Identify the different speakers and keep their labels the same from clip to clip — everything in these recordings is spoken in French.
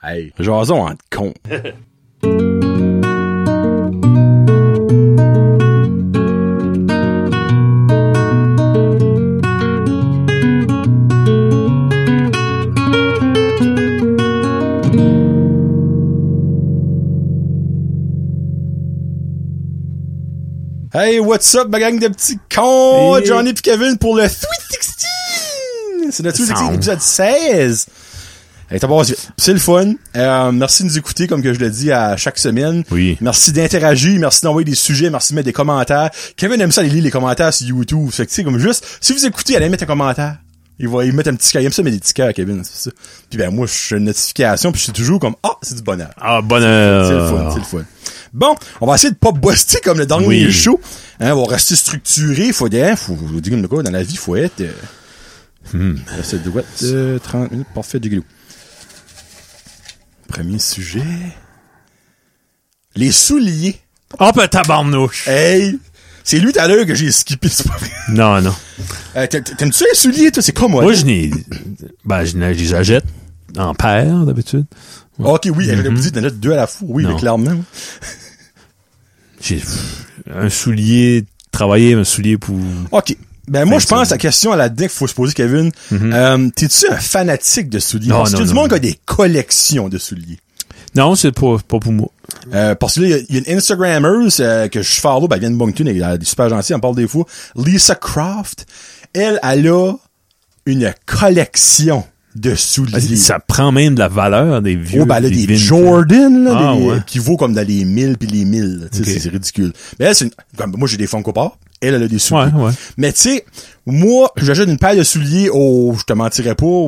Speaker 1: Hey, jason en con. Hey, what's up, ma gang de petits cons?
Speaker 2: Et-
Speaker 1: Johnny puis Kevin pour le Sweet 16! C'est notre Sweet 16, épisode 16! Hey, t'as pas- c'est le fun. Euh, merci de nous écouter, comme que je le dis à chaque semaine.
Speaker 2: Oui.
Speaker 1: Merci d'interagir, merci d'envoyer des sujets, merci de mettre des commentaires. Kevin aime ça aller lire les commentaires sur YouTube. Fait que, tu sais, comme juste, si vous écoutez, allez mettre un commentaire. Il va y mettre un petit cœur. Il aime ça mettre des petits cœurs, Kevin, c'est ça. Puis ben, moi, je suis une notification, puis je suis toujours comme, ah, c'est du bonheur. C'est
Speaker 2: Ah,
Speaker 1: le fun,
Speaker 2: bonheur.
Speaker 1: c'est le fun. Bon, on va essayer de pas buster comme le dernier
Speaker 2: Oui.
Speaker 1: show. Hein, on va rester structuré. Faut dire, faut, faut dire comme de quoi, dans la vie, faut être, euh,
Speaker 2: Hmm.
Speaker 1: ça doit être, euh, 30 minutes, parfait, du glou. Premier sujet. Les souliers.
Speaker 2: Ah, oh, ben, tabarnouche.
Speaker 1: Hey! C'est lui tout à l'heure que j'ai skippé, c'est pas vrai.
Speaker 2: Non, non.
Speaker 1: Euh, t'a- t'a- T'aimes-tu les souliers, toi? C'est quoi, moi?
Speaker 2: Moi, je n'ai. Ben, je n'ai- je les achète en paire, d'habitude.
Speaker 1: Ok, oui, j'allais vous dire, t'en as deux à la fois. Oui,
Speaker 2: Mm-hmm. Non.
Speaker 1: mais clairement.
Speaker 2: J'ai pff, un soulier travailler, un soulier pour.
Speaker 1: Ok. Ben, moi,
Speaker 2: Fait
Speaker 1: je
Speaker 2: que
Speaker 1: pense
Speaker 2: ça-
Speaker 1: la question à la deck, faut se poser, Kevin. Euh, T'es-tu un fanatique de souliers?
Speaker 2: Mm-hmm. Non,
Speaker 1: parce que
Speaker 2: non,
Speaker 1: du
Speaker 2: non,
Speaker 1: monde qui
Speaker 2: non.
Speaker 1: a des collections de souliers.
Speaker 2: Non, c'est pas, pas pour moi.
Speaker 1: Euh, parce que là, il y a- il y, a une Instagrammeuse euh, que je follow, ben, elle vient de Moncton, elle elle est super gentille, elle me parle des fois. Lisa Croft, elle, elle a une collection de souliers.
Speaker 2: Ça prend même de la valeur Ah, des vieux.
Speaker 1: Oh, ben, elle a des,
Speaker 2: vintage.
Speaker 1: Jordan, là,
Speaker 2: Ah,
Speaker 1: des-
Speaker 2: ouais.
Speaker 1: qui vaut comme dans les 1000 puis les 1000. Tu sais,
Speaker 2: Ok.
Speaker 1: c'est- C'est ridicule. Mais elle, c'est une- comme moi, j'ai des Funko Pop. Elle, elle a des souliers.
Speaker 2: Ouais, ouais.
Speaker 1: Mais tu sais, moi, j'achète une paire de souliers au, je te mentirais pas,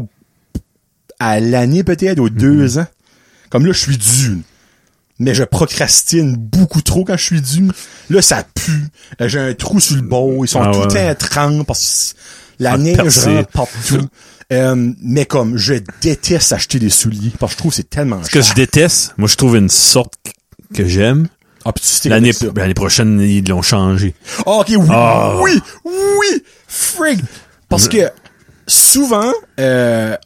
Speaker 1: à l'année peut-être, aux
Speaker 2: Mhm.
Speaker 1: deux ans. Comme là, je suis dû. Mais je procrastine beaucoup trop quand je suis dû. Là, ça pue. Euh, J'ai un trou sur le bord. Ils sont
Speaker 2: Ah,
Speaker 1: tout
Speaker 2: ouais,
Speaker 1: le temps
Speaker 2: ouais.
Speaker 1: trempés parce que la
Speaker 2: Ah,
Speaker 1: neige
Speaker 2: percé.
Speaker 1: rentre partout. Euh, mais comme, je déteste acheter des souliers parce que je trouve que c'est tellement
Speaker 2: Ce que je déteste, moi, je trouve une sorte que j'aime.
Speaker 1: Ah, puis tu sais
Speaker 2: L'année
Speaker 1: comme ça.
Speaker 2: l'année prochaine, ils l'ont changé.
Speaker 1: Ah, ok, oui,
Speaker 2: Ah.
Speaker 1: oui, oui, frig. Parce que souvent, euh,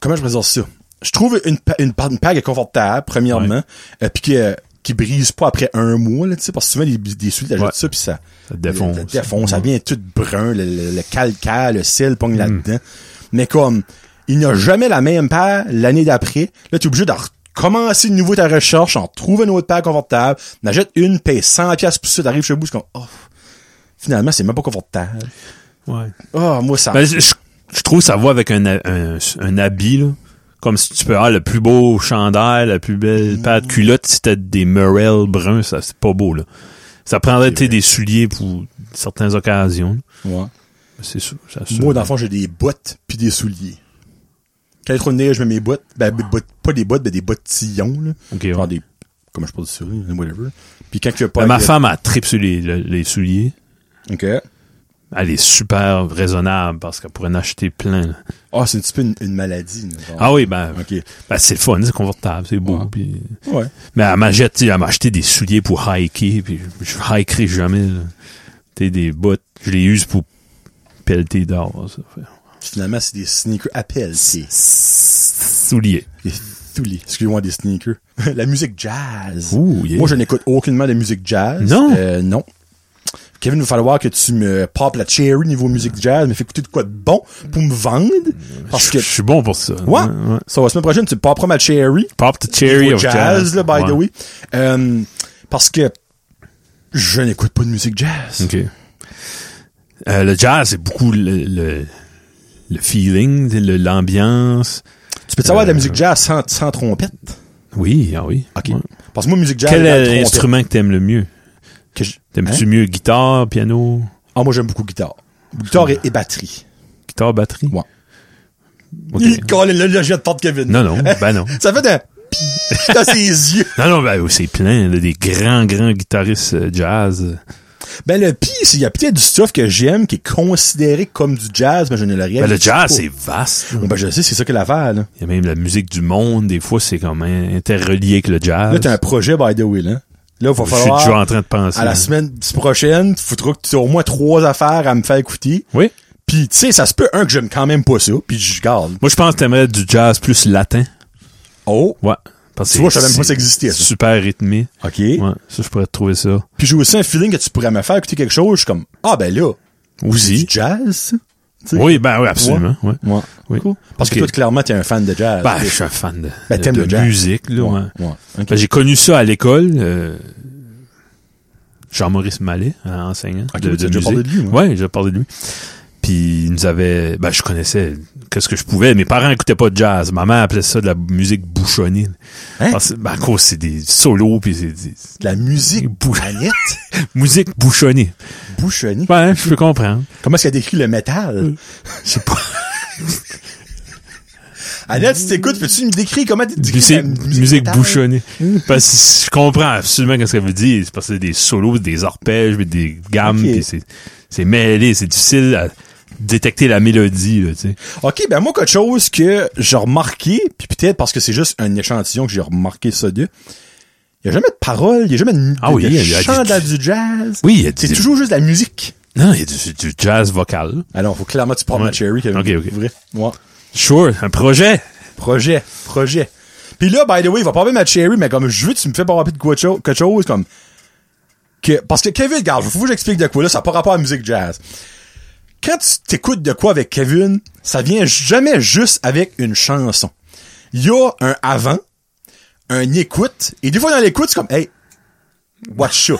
Speaker 1: comment je présente ça? Je trouve une, pa- une, pa- une pague confortable, premièrement, euh, puis que qui brise pas après un mois, là, tu sais, parce que souvent, les, des souliers, t'ajoutes
Speaker 2: Ouais.
Speaker 1: ça, puis ça,
Speaker 2: Ça te défonce.
Speaker 1: ça, défonce, ça vient tout brun, le, le, le calcaire, le sel pogne
Speaker 2: Mm.
Speaker 1: là-dedans. Mais comme, il n'y a jamais la même paire l'année d'après, là, t'es obligé de recommencer de nouveau ta recherche, en trouver une autre paire confortable, n'achète une, paye 100 pièces pour ça, t'arrives chez vous, c'est comme, oh, finalement, c'est même pas confortable.
Speaker 2: Ouais.
Speaker 1: Oh, moi, ça...
Speaker 2: Ben, je, je- je trouve que ça va avec un, ha- un, un habit, là. Comme si tu peux avoir le plus beau chandail, la plus
Speaker 1: Mm.
Speaker 2: belle paire de culotte, si t'as des merelles bruns, ça, c'est pas beau, là. Ça prendrait, tu sais, des souliers pour certaines occasions. Ben,
Speaker 1: Ouais.
Speaker 2: C'est sûr, ça
Speaker 1: Moi, dans le fond, j'ai des bottes puis des souliers. Quand il y a trop de neige, je mets mes bottes. Ben, des bottes- pas des bottes, mais des bottillons, là.
Speaker 2: Ok,
Speaker 1: Genre
Speaker 2: ouais.
Speaker 1: des... Comment je parle du souris, whatever. Puis quand il y a pas...
Speaker 2: Ben, ma
Speaker 1: il y a-
Speaker 2: femme, elle tripe sur les, le- les souliers.
Speaker 1: OK.
Speaker 2: Elle est super raisonnable parce qu'elle pourrait en acheter plein. là.
Speaker 1: Ah, c'est un petit peu une, une maladie. là, genre.
Speaker 2: Ah oui, ben,
Speaker 1: OK.
Speaker 2: ben, c'est le fun, c'est confortable, c'est beau.
Speaker 1: Ouais.
Speaker 2: puis-
Speaker 1: Ouais.
Speaker 2: Mais elle m'achète, tu sais, elle m'a acheté des souliers pour hiker, puis je- je hikerai jamais. là. Tu sais, des bottes, je les use pour pelleter d'or. ça fait.
Speaker 1: Finalement, c'est des sneakers. Appel, c'est
Speaker 2: Souliers.
Speaker 1: des souliers. Excusez-moi, des sneakers. La musique jazz.
Speaker 2: Ouh, yeah.
Speaker 1: Moi, je n'écoute aucunement de musique jazz.
Speaker 2: Non.
Speaker 1: Euh, non. Kevin, il va falloir que tu me popes la cherry niveau musique jazz, mais fais écouter de quoi de bon pour me vendre. Parce que,
Speaker 2: Je je suis bon pour ça.
Speaker 1: ouais,
Speaker 2: Ouais.
Speaker 1: ça va, la semaine prochaine, tu popes ma cherry.
Speaker 2: Pop the cherry
Speaker 1: Niveau
Speaker 2: of
Speaker 1: jazz,
Speaker 2: jazz.
Speaker 1: là, by the
Speaker 2: Ouais.
Speaker 1: way. Euh, parce que je n'écoute pas de musique jazz.
Speaker 2: OK. Euh, le jazz, c'est beaucoup le, le, le feeling, le- l'ambiance.
Speaker 1: Tu peux savoir de la
Speaker 2: Euh,
Speaker 1: musique jazz sans, sans trompette?
Speaker 2: Oui, ah oui.
Speaker 1: OK.
Speaker 2: Ouais.
Speaker 1: Parce que moi, musique jazz,
Speaker 2: Quel
Speaker 1: la
Speaker 2: est
Speaker 1: trompette. Hein?
Speaker 2: l'instrument que t'aimes le mieux?
Speaker 1: Que je-
Speaker 2: T'aimes-tu mieux guitare, piano,
Speaker 1: Ah, moi, j'aime beaucoup guitare. Guitare et, et batterie.
Speaker 2: guitare, batterie?
Speaker 1: Ouais.
Speaker 2: OK.
Speaker 1: Il colle là, là, je viens de perdre Kevin.
Speaker 2: Non, non, ben non.
Speaker 1: Ça fait un pii dans ses yeux.
Speaker 2: Non, non, ben, c'est plein, là, des grands, grands guitaristes euh, jazz.
Speaker 1: Ben, le pire, c'est qu'il y a peut-être du stuff que j'aime qui est considéré comme du jazz, mais je ne le réalise
Speaker 2: Ben, le jazz,
Speaker 1: pas.
Speaker 2: c'est vaste. là.
Speaker 1: Bon, ben, je sais, c'est ça que l'affaire, là.
Speaker 2: Il y a même la musique du monde, des fois, c'est comme hein, interrelié avec le
Speaker 1: Là,
Speaker 2: jazz.
Speaker 1: t'as un projet, by the way, là. Là, il va
Speaker 2: Ah, Je suis toujours
Speaker 1: falloir,
Speaker 2: en train de penser.
Speaker 1: à la semaine prochaine, il faudra que tu aies au moins trois affaires à me faire écouter.
Speaker 2: Oui.
Speaker 1: Puis, tu sais, ça se peut, un, que j'aime quand même pas ça, puis je garde.
Speaker 2: Moi, je pense que t'aimerais du jazz plus latin.
Speaker 1: Oh!
Speaker 2: Ouais. Parce que
Speaker 1: Tu vois, je
Speaker 2: c'est-
Speaker 1: savais même pas
Speaker 2: c'est
Speaker 1: ça existait, ça.
Speaker 2: Super rythmé.
Speaker 1: OK.
Speaker 2: Ouais, ça, je pourrais te trouver ça.
Speaker 1: Puis j'ai aussi un feeling que tu pourrais me faire écouter quelque chose. Je suis comme, ah, ben là, du
Speaker 2: Aussi.
Speaker 1: jazz, ça? Tu sais?
Speaker 2: Oui, ben oui, absolument. Ouais.
Speaker 1: Ouais.
Speaker 2: Oui.
Speaker 1: Parce que
Speaker 2: Ok.
Speaker 1: toi, clairement, t'es un fan de jazz.
Speaker 2: Ben, je suis un fan de,
Speaker 1: Ben,
Speaker 2: de-
Speaker 1: t'aimes
Speaker 2: de
Speaker 1: le jazz.
Speaker 2: musique. Là, ouais.
Speaker 1: Ouais. OK.
Speaker 2: Ben, J'ai connu ça à l'école. euh, Jean-Maurice Mallet, un enseignant
Speaker 1: Ok,
Speaker 2: de,
Speaker 1: oui,
Speaker 2: de
Speaker 1: tu as déjà
Speaker 2: musique.
Speaker 1: parlé de lui, moi.
Speaker 2: ouais, j'ai parlé de lui. Puis il nous avait, ben je connaissais qu'est-ce que je pouvais. Mes parents écoutaient pas de jazz. Ma mère appelait ça de la musique bouchonnée.
Speaker 1: Hein?
Speaker 2: Parce, ben, à cause c'est des solos puis c'est des-
Speaker 1: De la musique
Speaker 2: Bou-
Speaker 1: planète
Speaker 2: musique bouchonnée.
Speaker 1: bouchonnée.
Speaker 2: Ben, je peux comprendre.
Speaker 1: Comment est-ce qu'elle décrit le
Speaker 2: Euh,
Speaker 1: métal? Je sais pas. Annette, si t'écoutes, peux-tu me décrire comment tu décris
Speaker 2: Musique,
Speaker 1: la musique,
Speaker 2: musique
Speaker 1: métal?
Speaker 2: bouchonnée. parce que je comprends absolument ce qu'elle veut dire. C'est parce que c'est des solos, des arpèges, puis des gammes,
Speaker 1: Ok.
Speaker 2: puis c'est, c'est mêlé, c'est difficile à détecter la mélodie, là, tu sais.
Speaker 1: OK, ben moi, quelque chose que j'ai remarqué, puis peut-être parce que c'est juste un échantillon que j'ai remarqué ça de, il y a jamais de paroles, il y a jamais de,
Speaker 2: Ah oui,
Speaker 1: de
Speaker 2: il y a- il y a
Speaker 1: chant
Speaker 2: du-
Speaker 1: dans du jazz.
Speaker 2: Oui, il y a
Speaker 1: C'est
Speaker 2: du-
Speaker 1: toujours juste de la musique.
Speaker 2: Non, il y a du, du jazz vocal.
Speaker 1: Alors, faut clairement que tu prends
Speaker 2: Ouais.
Speaker 1: ma cherry. qui avait
Speaker 2: Ok, ok.
Speaker 1: vrai. Ouais.
Speaker 2: Sure, un projet.
Speaker 1: Projet, projet. Puis là, by the way, il va pas ma cherry, mais comme je veux, tu me fais pas rappeler de quoi cho- quelque chose, comme. Que, parce que Kevin, regarde, faut que j'explique de quoi, là, ça n'a pas rapport à la musique jazz. Quand tu t'écoutes de quoi avec Kevin, ça vient jamais juste avec une chanson. Il y a un avant, un écoute, et des fois dans l'écoute, c'est comme, hey, watch ça.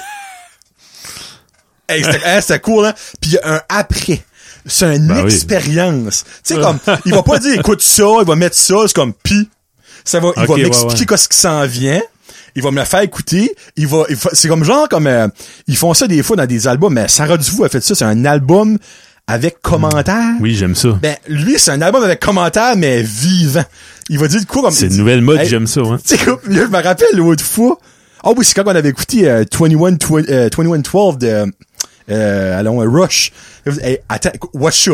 Speaker 1: hey, c'était hey, c'était cool, hein? Puis il y a un après. C'est une
Speaker 2: Ben oui.
Speaker 1: expérience. Tu
Speaker 2: Euh.
Speaker 1: sais, comme, il va pas dire écoute ça, il va mettre ça, c'est comme pis. Ça va, il
Speaker 2: Ok,
Speaker 1: va
Speaker 2: ouais,
Speaker 1: m'expliquer
Speaker 2: ouais.
Speaker 1: quoi ce qui s'en vient. Il va me le faire écouter. Il va, il fa- c'est comme genre comme euh, ils font ça des fois dans des albums. Mais Sarah Dufour a fait ça. C'est un album avec commentaire.
Speaker 2: Oui, j'aime ça.
Speaker 1: Ben lui, c'est un album avec commentaire mais vivant. Il va dire de quoi comme.
Speaker 2: c'est une nouvelle mode,
Speaker 1: Hey,
Speaker 2: j'aime ça, hein.
Speaker 1: Tu sais, comme, là, je me rappelle l'autre fois. Ah oui, c'est quand on avait écouté euh, 21, twe- euh, 21 12 de euh, allons euh, Rush. Hey, attends, écou- watch ça.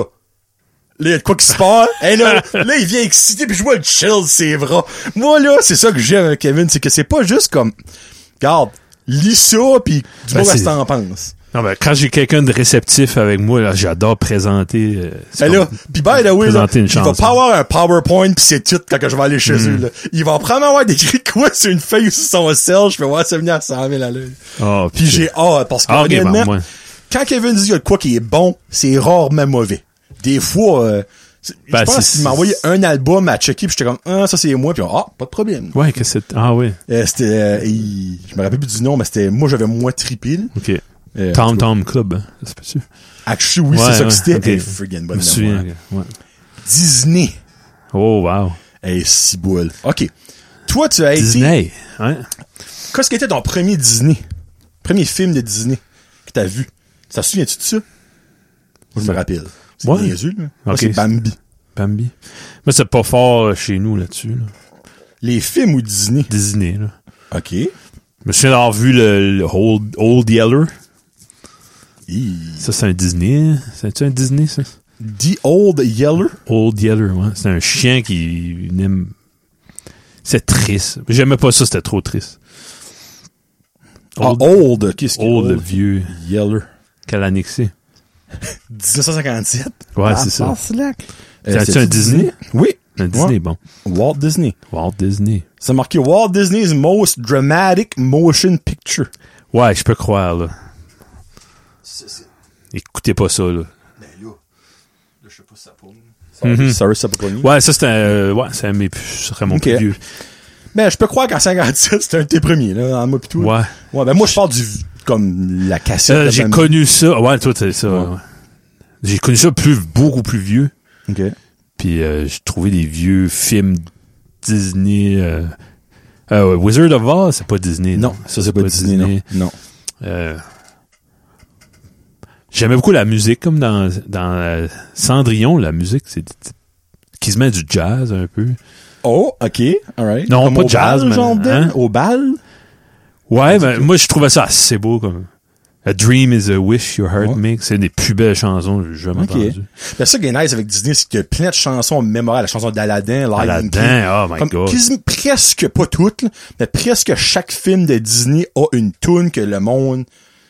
Speaker 1: Là, il y a de quoi qui se passe. Hey, là, là, il vient excité, puis je vois le chill de ses bras. Moi, là, c'est ça que j'aime avec Kevin, c'est que c'est pas juste comme, regarde, lis ça, puis dis-moi
Speaker 2: Ben,
Speaker 1: ce que
Speaker 2: c'est-
Speaker 1: t'en penses.
Speaker 2: Non, ben, quand j'ai quelqu'un de réceptif avec moi, là, j'adore présenter, euh, c'est
Speaker 1: Ben là,
Speaker 2: comme-
Speaker 1: pis by the way, là,
Speaker 2: présenter
Speaker 1: il
Speaker 2: une
Speaker 1: va
Speaker 2: chanson. Hmm.
Speaker 1: pas avoir un PowerPoint pis c'est tout quand que je vais aller chez eux, là. Il va probablement avoir décrit quoi sur une feuille ou sur son sel, je vais voir ça venir à 100 000 à l'heure.
Speaker 2: Ah,
Speaker 1: Pis j'ai hâte, parce que,
Speaker 2: Ah, ok, ben,
Speaker 1: honnêtement,
Speaker 2: moi.
Speaker 1: quand Kevin dit qu'il y a de quoi qui est bon, c'est rarement mauvais. Des fois, euh, c'est-
Speaker 2: Ben,
Speaker 1: je pense
Speaker 2: c'est-
Speaker 1: qu'il m'a envoyé un album à checker pis j'étais comme, ah, ça c'est moi pis ah, pas de problème.
Speaker 2: Ouais, que c'est, ah oui.
Speaker 1: Euh, c'était, euh, il- je me rappelle plus du nom, mais c'était, moi j'avais moins trippé, là.
Speaker 2: OK.
Speaker 1: Euh,
Speaker 2: Tom Tom Club, hein. ça se peut-tu?
Speaker 1: Actually, oui,
Speaker 2: Ouais,
Speaker 1: c'est ça
Speaker 2: ouais,
Speaker 1: que c'était.
Speaker 2: ok.
Speaker 1: Hey, friggin'
Speaker 2: Je
Speaker 1: bonne
Speaker 2: me souviens.
Speaker 1: mémoire.
Speaker 2: ouais.
Speaker 1: Disney.
Speaker 2: Oh, wow.
Speaker 1: Hey, ciboule. OK. Toi, tu as été...
Speaker 2: Disney, hein?
Speaker 1: Qu'est-ce qui était ton premier Disney? Premier film de Disney que t'as vu? Ça te souviens-tu de ça? Moi, je me rappelle. C'est
Speaker 2: Ouais.
Speaker 1: niaiseux, là. Moi,
Speaker 2: Ok.
Speaker 1: c'est Bambi.
Speaker 2: Bambi. Mais c'est pas fort euh, chez nous là-dessus. Là.
Speaker 1: Les films ou Disney?
Speaker 2: Disney. Là.
Speaker 1: OK.
Speaker 2: Je me souviens d'avoir vu le, le Old, Old Yeller.
Speaker 1: Hi.
Speaker 2: Ça, c'est un Disney. C'est-tu un Disney, ça?
Speaker 1: The Old Yeller?
Speaker 2: Old Yeller, ouais. C'est un chien qui n'aime... C'est triste. J'aimais pas ça, c'était trop triste. Old,
Speaker 1: Ah, old. Qu'est-ce que
Speaker 2: old, vieux.
Speaker 1: Yeller?
Speaker 2: Quelle année que c'est?
Speaker 1: 1957.
Speaker 2: Ouais,
Speaker 1: Ah,
Speaker 2: c'est ça.
Speaker 1: pense là.
Speaker 2: C'est un
Speaker 1: c'est-tu
Speaker 2: Disney?
Speaker 1: Oui.
Speaker 2: Un Disney,
Speaker 1: Ouais.
Speaker 2: bon.
Speaker 1: Walt Disney.
Speaker 2: Walt Disney.
Speaker 1: C'est marqué Walt Disney's Most Dramatic Motion Picture.
Speaker 2: Ouais, je peux croire, là. Écoutez pas ça, là.
Speaker 1: Ben là, là, je sais pas si ça pogne. Sorry, sorry, ça peut pas
Speaker 2: Mhm. Ouais, ça, c'est un... euh, ouais, c'est un de mes... plus- Ce serait mon
Speaker 1: Ok.
Speaker 2: plus vieux.
Speaker 1: Ben, je peux croire qu'à 57, c'était un de tes premiers, là, en moi pis tout.
Speaker 2: Ouais.
Speaker 1: Ouais, ben moi, je parle du, comme, la cassette.
Speaker 2: Euh,
Speaker 1: de
Speaker 2: j'ai
Speaker 1: Bambi.
Speaker 2: connu ça. Ouais, toi, t'as ça.
Speaker 1: Ouais.
Speaker 2: ouais. J'ai connu ça plus, beaucoup plus vieux.
Speaker 1: Ok.
Speaker 2: Puis euh, j'ai trouvé des vieux films Disney. euh, euh, Wizard of Oz, c'est pas Disney.
Speaker 1: Non, ça, c'est pas Disney, non. Non.
Speaker 2: Euh, J'aimais beaucoup la musique, comme dans, dans euh, Cendrillon, la musique, c'est qui se met du jazz un peu.
Speaker 1: Oh, ok, alright.
Speaker 2: Non,
Speaker 1: Comme
Speaker 2: pas
Speaker 1: au
Speaker 2: jazz,
Speaker 1: bal,
Speaker 2: mais-
Speaker 1: genre,
Speaker 2: hein?
Speaker 1: au bal?
Speaker 2: Ouais, ben, moi je trouvais ça assez beau comme. A dream is a wish your heart
Speaker 1: Ouais.
Speaker 2: makes. C'est une des plus belles chansons que j'ai jamais
Speaker 1: Ok.
Speaker 2: entendues.
Speaker 1: Ben, ça qui est nice avec Disney, c'est qu'il y a plein de chansons mémorables. La chanson d'Aladdin, Lion
Speaker 2: Aladdin,
Speaker 1: King.
Speaker 2: oh my
Speaker 1: Comme
Speaker 2: God.
Speaker 1: quasi- presque, pas toutes, là, mais presque chaque film de Disney a une tune que le monde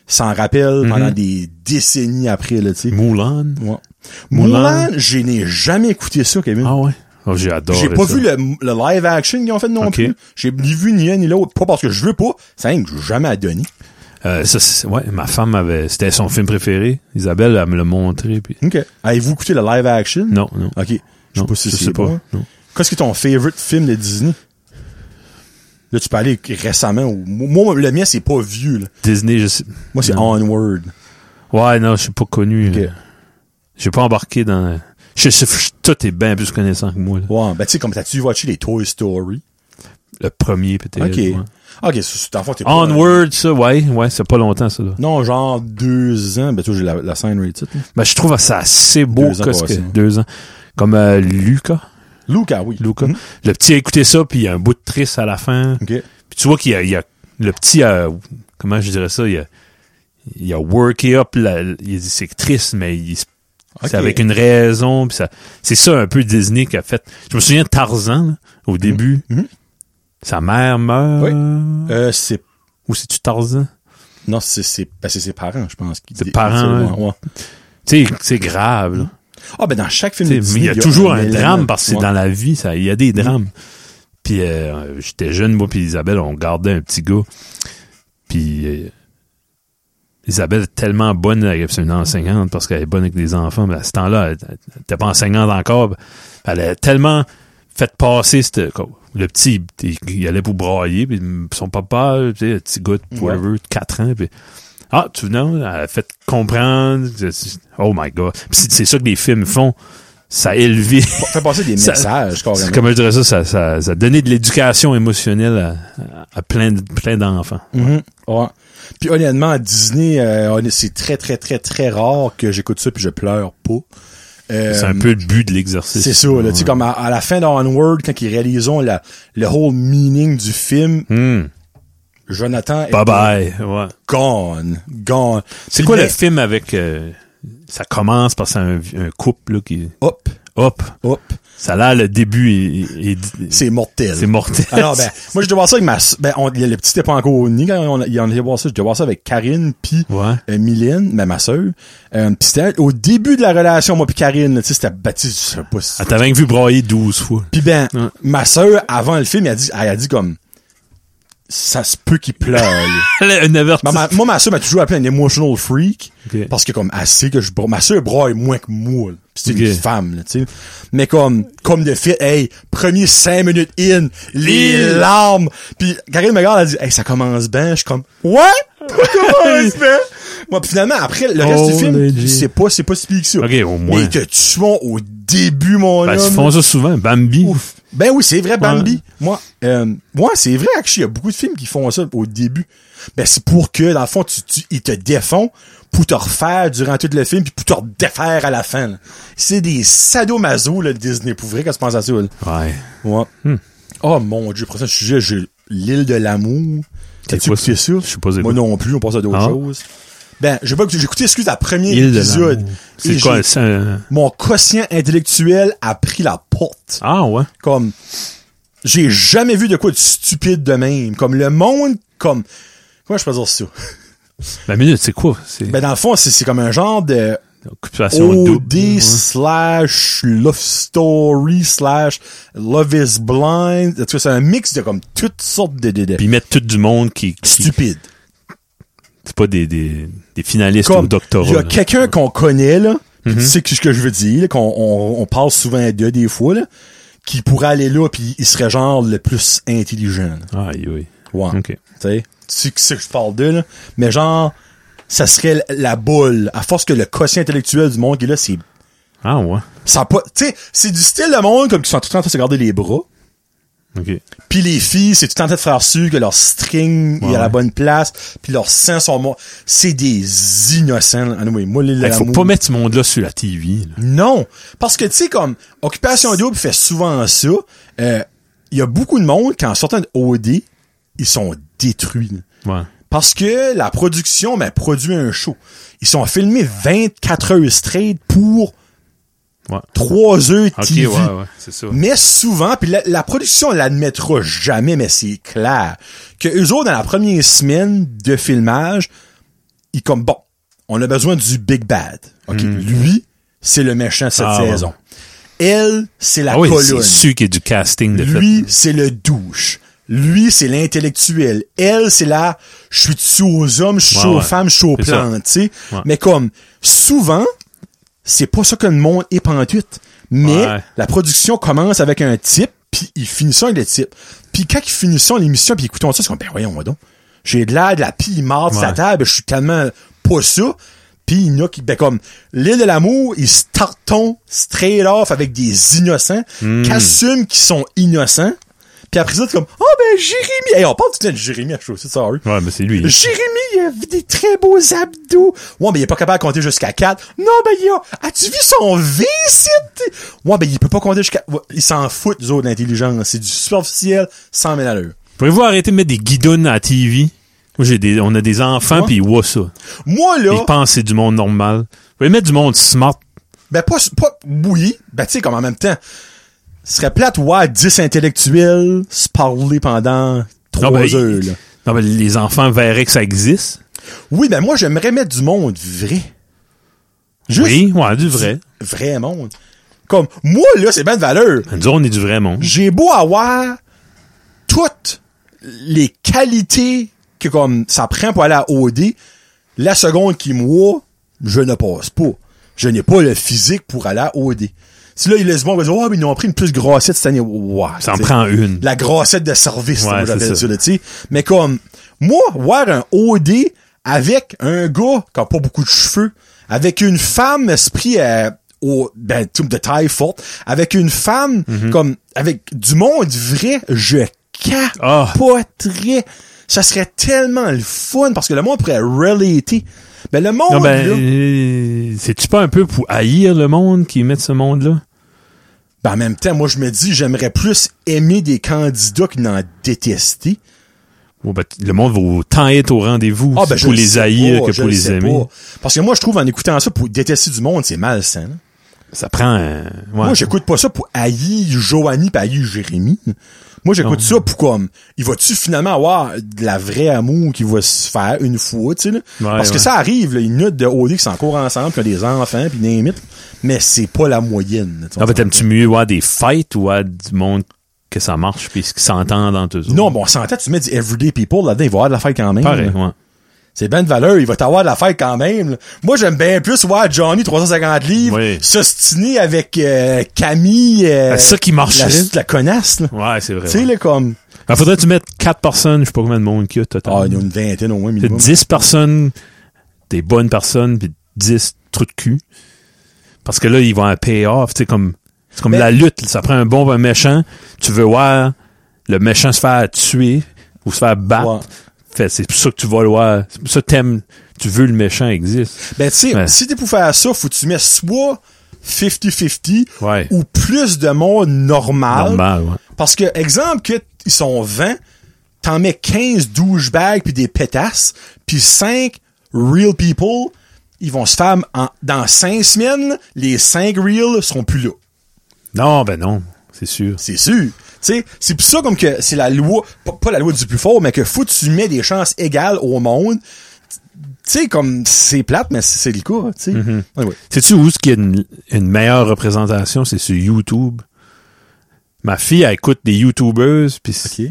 Speaker 1: s'en rappelle
Speaker 2: Mhm.
Speaker 1: pendant des décennies après, là, tu sais.
Speaker 2: Moulin.
Speaker 1: Ouais.
Speaker 2: Moulin.
Speaker 1: Moulin, je n'ai jamais écouté ça, Kevin.
Speaker 2: Ah ouais. Oh, j'ai adoré
Speaker 1: J'ai pas
Speaker 2: ça.
Speaker 1: vu le, le live action qu'ils ont fait non
Speaker 2: Ok.
Speaker 1: plus. J'ai ni vu ni un ni l'autre. Pas parce que je veux pas. C'est rien que je veux jamais à donner.
Speaker 2: Euh, ça, c'est- ouais, ma femme avait... C'était son film préféré. Isabelle, elle me l'a montré. Puis...
Speaker 1: OK. Avez-vous écouté le live action?
Speaker 2: Non, non.
Speaker 1: OK. Je sais
Speaker 2: Non,
Speaker 1: pas si
Speaker 2: je
Speaker 1: c'est
Speaker 2: sais pas,
Speaker 1: bon.
Speaker 2: non.
Speaker 1: Qu'est-ce que ton favorite film de Disney? Là, tu peux aller récemment. au- Moi, le mien, c'est pas vieux. là.
Speaker 2: Disney, je sais...
Speaker 1: Moi, c'est
Speaker 2: Non.
Speaker 1: Onward.
Speaker 2: Ouais, non, je suis pas connu.
Speaker 1: Ok.
Speaker 2: euh, J'ai pas embarqué dans... Je sais, je- tout est bien plus connaissant que moi. là.
Speaker 1: Ouais, ben tu sais, comme t'as-tu watché les Toy Story?
Speaker 2: Le premier, peut-être.
Speaker 1: OK.
Speaker 2: ouais.
Speaker 1: OK, c'est- c'est dans le fond, t'es pas-
Speaker 2: Onward, ça, ouais, ouais, c'est pas longtemps, ça. Là.
Speaker 1: Non, genre deux ans. Ben toi, j'ai la, la scène rated. là.
Speaker 2: Ben, je trouve ça assez beau,
Speaker 1: Deux ans
Speaker 2: qu'est-ce que-
Speaker 1: passés, ouais.
Speaker 2: deux ans. Comme euh, Lucas,
Speaker 1: Luca, oui.
Speaker 2: Luca.
Speaker 1: Mhm.
Speaker 2: Le petit a écouté ça, puis il y a un bout de triste à la fin.
Speaker 1: OK.
Speaker 2: Puis tu vois qu'il y a, il y a- le petit a, comment je dirais ça, il a, il a worké up, la- il dit c'est triste, mais il se-
Speaker 1: Ok.
Speaker 2: c'est avec une raison. puis ça, c'est ça un peu Disney qui a fait. Je me souviens de Tarzan, là, au début.
Speaker 1: Mhm.
Speaker 2: Sa mère meurt.
Speaker 1: Euh, c'est...
Speaker 2: Ou c'est-tu Tarzan?
Speaker 1: Non, c'est, c'est, ben, c'est ses parents, je pense. qui-
Speaker 2: Ses parents,
Speaker 1: Ouais, ouais.
Speaker 2: Tu sais, c'est grave, là.
Speaker 1: Ah, ben dans chaque film
Speaker 2: Tu
Speaker 1: de
Speaker 2: sais,
Speaker 1: Disney,
Speaker 2: mais il y a toujours un, Mm.
Speaker 1: élément-
Speaker 2: drame parce que c'est
Speaker 1: Ouais.
Speaker 2: dans la vie, ça, il y a des drames. Puis euh, j'étais jeune, moi puis Isabelle, on gardait un petit gars. Puis euh, Isabelle est tellement bonne, elle- c'est une enseignante parce qu'elle est bonne avec les enfants, mais à ce temps-là, elle elle- elle était pas enseignante encore. Elle a tellement fait passer cette- quoi, le petit, il, il allait pour brailler, puis son papa, tu sais, le petit gars de whatever, de 4 ans, puis ah, tu non, elle a fait comprendre. Oh my God. Puis c'est c'est ça que les films font. Ça élevait.
Speaker 1: Fait passer des
Speaker 2: Ça-
Speaker 1: messages, carrément.
Speaker 2: Comment je dirais ça? Ça, ça, ça donnait de l'éducation émotionnelle à- à, à plein, de- plein d'enfants.
Speaker 1: Mhm. Ouais. Puis honnêtement, à Disney, euh, honn- c'est très, très, très, très rare que j'écoute ça puis je pleure pas. Euh,
Speaker 2: C'est un peu le but de l'exercice.
Speaker 1: C'est ça, là. Tu sais, comme à, à la fin d'Onward, quand ils réalisent la, le whole meaning du film,
Speaker 2: Hmm.
Speaker 1: Jonathan est
Speaker 2: Bye bye. Ouais.
Speaker 1: gone. Gone.
Speaker 2: C'est quoi le film avec. euh, ça commence par c'est un, un couple là, qui.
Speaker 1: Hop,
Speaker 2: Hop!
Speaker 1: hop.
Speaker 2: Ça a l'air le début est- est-
Speaker 1: C'est mortel.
Speaker 2: c'est mortel.
Speaker 1: Alors, ben, moi, je dois voir ça avec ma, s- ben, on, le petit était pas encore au nid quand on, a- il en allait voir ça. Je dois voir ça avec Karine puis
Speaker 2: Ouais.
Speaker 1: euh, Mylène, ben, ma sœur. Euh, pis c'était au début de la relation, moi puis Karine, là, tu sais, c'était bâti, je sais pas si-
Speaker 2: Ah, t'as même vu broyer 12 fois.
Speaker 1: Puis ben,
Speaker 2: Ouais.
Speaker 1: ma sœur, avant le film, elle a dit, elle a dit comme, ça se peut qu'il pleure. lui.
Speaker 2: un
Speaker 1: Ma-
Speaker 2: avertissement.
Speaker 1: ma- moi, ma sœur m'a toujours appelé un emotional freak.
Speaker 2: Ok.
Speaker 1: Parce que, comme, elle sait que je broie. Ma sœur broie moins que moi, là. Pis C'est une
Speaker 2: Ok.
Speaker 1: femme, là, tu sais. Mais comme, comme de fait, hey, premier cinq minutes in, les
Speaker 2: Il-
Speaker 1: larmes. Puis, Karine me regarde, elle dit, hey, ça commence bien. Je suis comme, ouais? Ça commence bien? Moi, puis finalement, après, le reste du
Speaker 2: Oh,
Speaker 1: film,
Speaker 2: legit.
Speaker 1: c'est pas, c'est pas si pire que ça.
Speaker 2: Ok, au moins.
Speaker 1: Mais ils te tuons au début, mon
Speaker 2: Ben,
Speaker 1: homme.
Speaker 2: ils font ça souvent. Bambi.
Speaker 1: Ouf. Ben oui, c'est vrai, Bambi.
Speaker 2: Ouais.
Speaker 1: Moi, euh, moi c'est vrai, actually, il y a beaucoup de films qui font ça au début. Ben, c'est pour que, dans le fond, tu, tu- ils te défont pour te refaire durant tout le film puis pour te redéfaire à la fin. là. C'est des sadomaso, le Disney, pour vrai, quand tu penses à ça. là.
Speaker 2: Ouais.
Speaker 1: Ouais.
Speaker 2: Hmm.
Speaker 1: Oh mon Dieu, pour ça, sujet, j'ai l'île de l'amour. T'as-tu
Speaker 2: quoi
Speaker 1: écouté ça?
Speaker 2: Je sais pas c'est
Speaker 1: Moi
Speaker 2: quoi.
Speaker 1: non plus, on passe à d'autres
Speaker 2: Ah.
Speaker 1: choses. Ben, j'ai pas écouté, j'ai écouté, excuse, la première
Speaker 2: Île de
Speaker 1: épisode.
Speaker 2: l'amour.
Speaker 1: Et
Speaker 2: C'est quoi
Speaker 1: j'ai-
Speaker 2: c'est un-
Speaker 1: Mon quotient intellectuel a pris la porte
Speaker 2: Ah ouais.
Speaker 1: comme j'ai jamais vu de quoi de stupide de même comme le monde comme comment je peux dire ça
Speaker 2: La minute, c'est quoi C'est
Speaker 1: ben dans le fond c'est c'est comme un genre de
Speaker 2: occupation double. hein?
Speaker 1: OD
Speaker 2: Ouais.
Speaker 1: slash love story slash love is blind en tout cas c'est un mix de comme toutes sortes de, de, de
Speaker 2: Puis ils mettent tout du monde qui, qui-
Speaker 1: stupide
Speaker 2: c'est pas des, des, des finalistes au
Speaker 1: comme
Speaker 2: doctorat.
Speaker 1: il y a
Speaker 2: là. Mm-hmm.
Speaker 1: quelqu'un qu'on connaît là pis tu sais que- ce que je veux dire là, qu'on on, on parle souvent de des fois là qui pourrait aller là puis il serait genre le plus intelligent là.
Speaker 2: Aïe, oui.
Speaker 1: ouais
Speaker 2: OK.
Speaker 1: Tu sais, tu sais que c'est que je parle de, là. Mais genre, ça serait l- la boule. À force que le quotient intellectuel du monde qui est là, c'est,
Speaker 2: Ah ouais.
Speaker 1: ça a pas, tu sais, c'est du style de monde comme qui sont tout le temps en train de se garder les bras.
Speaker 2: OK.
Speaker 1: Puis les filles, c'est tout le temps en train de faire sûr que leur string est
Speaker 2: Ouais.
Speaker 1: à la bonne place, puis leurs seins sont morts. C'est des innocents. là. Anyway, moi, les
Speaker 2: Hey, faut pas mettre ce monde-là sur la TV. là.
Speaker 1: Non, parce que tu sais comme Occupation Double fait souvent ça. euh, Il y a beaucoup de monde qui en sortant de OD, ils sont détruits. là.
Speaker 2: Ouais.
Speaker 1: Parce que la production, ben, produit un show. Ils sont filmés 24 heures straight pour
Speaker 2: Ouais.
Speaker 1: 3 heures
Speaker 2: OK,
Speaker 1: TV.
Speaker 2: ouais, ouais. C'est ça.
Speaker 1: Mais souvent, puis la, la production l'admettra jamais, mais c'est clair, que eux autres, dans la première semaine de filmage, ils comme, bon, on a besoin du Big Bad. OK, lui, c'est le méchant cette
Speaker 2: Mhm. Ah, ouais.
Speaker 1: saison. Elle, c'est la
Speaker 2: Ah oui,
Speaker 1: colonne.
Speaker 2: c'est sûr qu'il y a du casting de
Speaker 1: Lui, c'est le douche. Lui, c'est l'intellectuel. Elle, c'est la je suis dessus aux hommes, je suis
Speaker 2: Ouais,
Speaker 1: aux
Speaker 2: ouais.
Speaker 1: femmes, je suis aux
Speaker 2: C'est ça.
Speaker 1: plantes, tu sais.
Speaker 2: Ouais.
Speaker 1: Mais comme souvent, c'est pas ça que le monde est pantoute. Mais
Speaker 2: Ouais.
Speaker 1: la production commence avec un type, puis ils finissent ça avec le type. Puis quand ils finissent ça, l'émission, puis écoutons ça, c'est comme ben voyons moi donc. J'ai de l'air de la pie marde de sa
Speaker 2: Ouais.
Speaker 1: table, je suis tellement pas ça. Puis il y en a qui, ben comme, l'île de l'amour, ils se tartonnent straight off avec des innocents, qui assument qu'ils sont innocents. Puis après ça, c'est comme, oh ben Jérémy, hey, on parle tout le temps de Jérémy à Chaussée, sorry.
Speaker 2: fait. Ouais, mais c'est lui. là.
Speaker 1: Jérémy, il a des très beaux abdos. Ouais, mais il est pas capable de compter jusqu'à 4. Non, ben, il a, as-tu vu son V, ici? Ouais, ben, il peut pas compter jusqu'à, ouais, il s'en fout, des autres, d'intelligence. C'est du superficiel, sans mène à l'heure.
Speaker 2: Pouvez-vous arrêter de mettre des guidons à la TV? Moi, j'ai des, on a des enfants,
Speaker 1: Ouais.
Speaker 2: puis ils voient ça.
Speaker 1: Moi, là,
Speaker 2: Ils pensent que c'est du monde normal. Vous pouvez mettre du monde smart.
Speaker 1: ben, pas, pas, oui, ben, tu sais, comme en même temps, ce serait plate, ouais, 10 intellectuels se parler pendant 3
Speaker 2: Non, ben,
Speaker 1: heures, là.
Speaker 2: Non, mais les enfants verraient que ça existe.
Speaker 1: Oui, ben, moi, j'aimerais mettre du monde vrai. Juste
Speaker 2: oui, ouais, du vrai.
Speaker 1: vrai monde. Comme, moi, là, c'est ben de valeur.
Speaker 2: Nous autres, on est du vrai monde.
Speaker 1: j'ai beau avoir toutes les qualités que comme ça prend pour aller à OD, la seconde qui me voit, je ne passe pas. Je n'ai pas le physique pour aller à OD. Si là, il laisse bon, va dire, oh, mais ils ont pris une plus grossette cette année. Wow,
Speaker 2: Ça en
Speaker 1: t'sais.
Speaker 2: prend une.
Speaker 1: La grossette de service,
Speaker 2: Ouais,
Speaker 1: moi,
Speaker 2: c'est
Speaker 1: j'appelle
Speaker 2: ça.
Speaker 1: ça, là, tu sais. Mais comme, moi, voir un OD avec un gars qui a pas beaucoup de cheveux, avec une femme esprit euh, au, ben, tu sais, de taille forte, avec une femme,
Speaker 2: Mhm.
Speaker 1: comme, avec du monde vrai, je
Speaker 2: Ah.
Speaker 1: capoterais. Ça serait tellement le fun, parce que le monde pourrait relater. Ben, le monde,
Speaker 2: Non, ben,
Speaker 1: là,
Speaker 2: euh, c'est-tu pas un peu pour haïr le monde qui mettent ce monde-là?
Speaker 1: Ben, en même temps, moi, je me dis, j'aimerais plus aimer des candidats que d'en détester.
Speaker 2: Oh, ben, t- le monde va autant être au rendez-vous
Speaker 1: Ah, ben, je
Speaker 2: pour
Speaker 1: le
Speaker 2: les
Speaker 1: sais
Speaker 2: haïr
Speaker 1: pas,
Speaker 2: que
Speaker 1: je
Speaker 2: pour
Speaker 1: le
Speaker 2: les
Speaker 1: sais
Speaker 2: aimer.
Speaker 1: pas. Parce que moi, je trouve en écoutant ça, pour détester du monde, c'est malsain. hein.
Speaker 2: Ça prend... euh, ouais.
Speaker 1: Moi, j'écoute pas ça pour haïr Joanie pis haïr Jérémy. Moi, j'écoute ça pour comme, il va-tu finalement avoir de la vraie amour qui va se faire une fois, tu sais, là?
Speaker 2: Ouais,
Speaker 1: Parce que
Speaker 2: ouais.
Speaker 1: ça arrive, là, une note de OD qui s'encourt ensemble, qui a des enfants pis des mythes, mais c'est pas la moyenne. là, tu vois.
Speaker 2: Non, ben, t'aimes-tu mieux voir des fights ou à du monde que ça marche puis qu'ils s'entendent entre eux autres?
Speaker 1: non, bon, on s'entend, tu mets du everyday people là-dedans, il va avoir de la fête quand même.
Speaker 2: Pareil,
Speaker 1: là.
Speaker 2: ouais.
Speaker 1: C'est ben de valeur, il va t'avoir de la fête quand même. là. Moi, j'aime bien plus voir Johnny 350 livres
Speaker 2: Oui.
Speaker 1: s'ostiner avec euh, Camille, euh,
Speaker 2: Ben, c'est ça qui marche.
Speaker 1: la, la connasse. là.
Speaker 2: Ouais, c'est vrai.
Speaker 1: Tu sais,
Speaker 2: ouais.
Speaker 1: là, comme...
Speaker 2: Ben, faudrait que tu mettes 4 personnes, je sais pas combien de monde qu'il y a total.
Speaker 1: Ah, il y en a une vingtaine au moins
Speaker 2: T'as
Speaker 1: minimum.
Speaker 2: 10 personnes, des bonnes personnes, puis 10 trous de cul. Parce que là, ils vont à payoff. C'est comme, c'est comme
Speaker 1: Mais-
Speaker 2: la lutte. Ça prend un bon un méchant. Tu veux voir le méchant se faire tuer ou se faire battre.
Speaker 1: Ouais.
Speaker 2: Fait, c'est pour ça que tu vas le voir. C'est pour ça que t'aimes. Tu veux le méchant existe.
Speaker 1: Ben, tu sais,
Speaker 2: Ouais.
Speaker 1: si t'es pour faire ça, faut que tu mets soit 50-50
Speaker 2: Ouais.
Speaker 1: ou plus de monde normal.
Speaker 2: Normal, ouais.
Speaker 1: Parce que, exemple, que t- ils sont 20, t'en mets 15 douchebags puis des pétasses, puis 5 real people, ils vont se faire en- dans 5 semaines, les 5 real seront plus là.
Speaker 2: Non, ben non. C'est sûr.
Speaker 1: C'est sûr. Tu sais, c'est pour ça comme que c'est la loi, pas, pas la loi du plus fort, mais que faut que tu mets des chances égales au monde. Tu sais, comme c'est plate, mais c'est c'est le cas, tu sais. Anyway.
Speaker 2: Sais-tu où est-ce qu'il y a une, une meilleure représentation? C'est sur YouTube. Ma fille, elle écoute des YouTubers. puis
Speaker 1: Ok.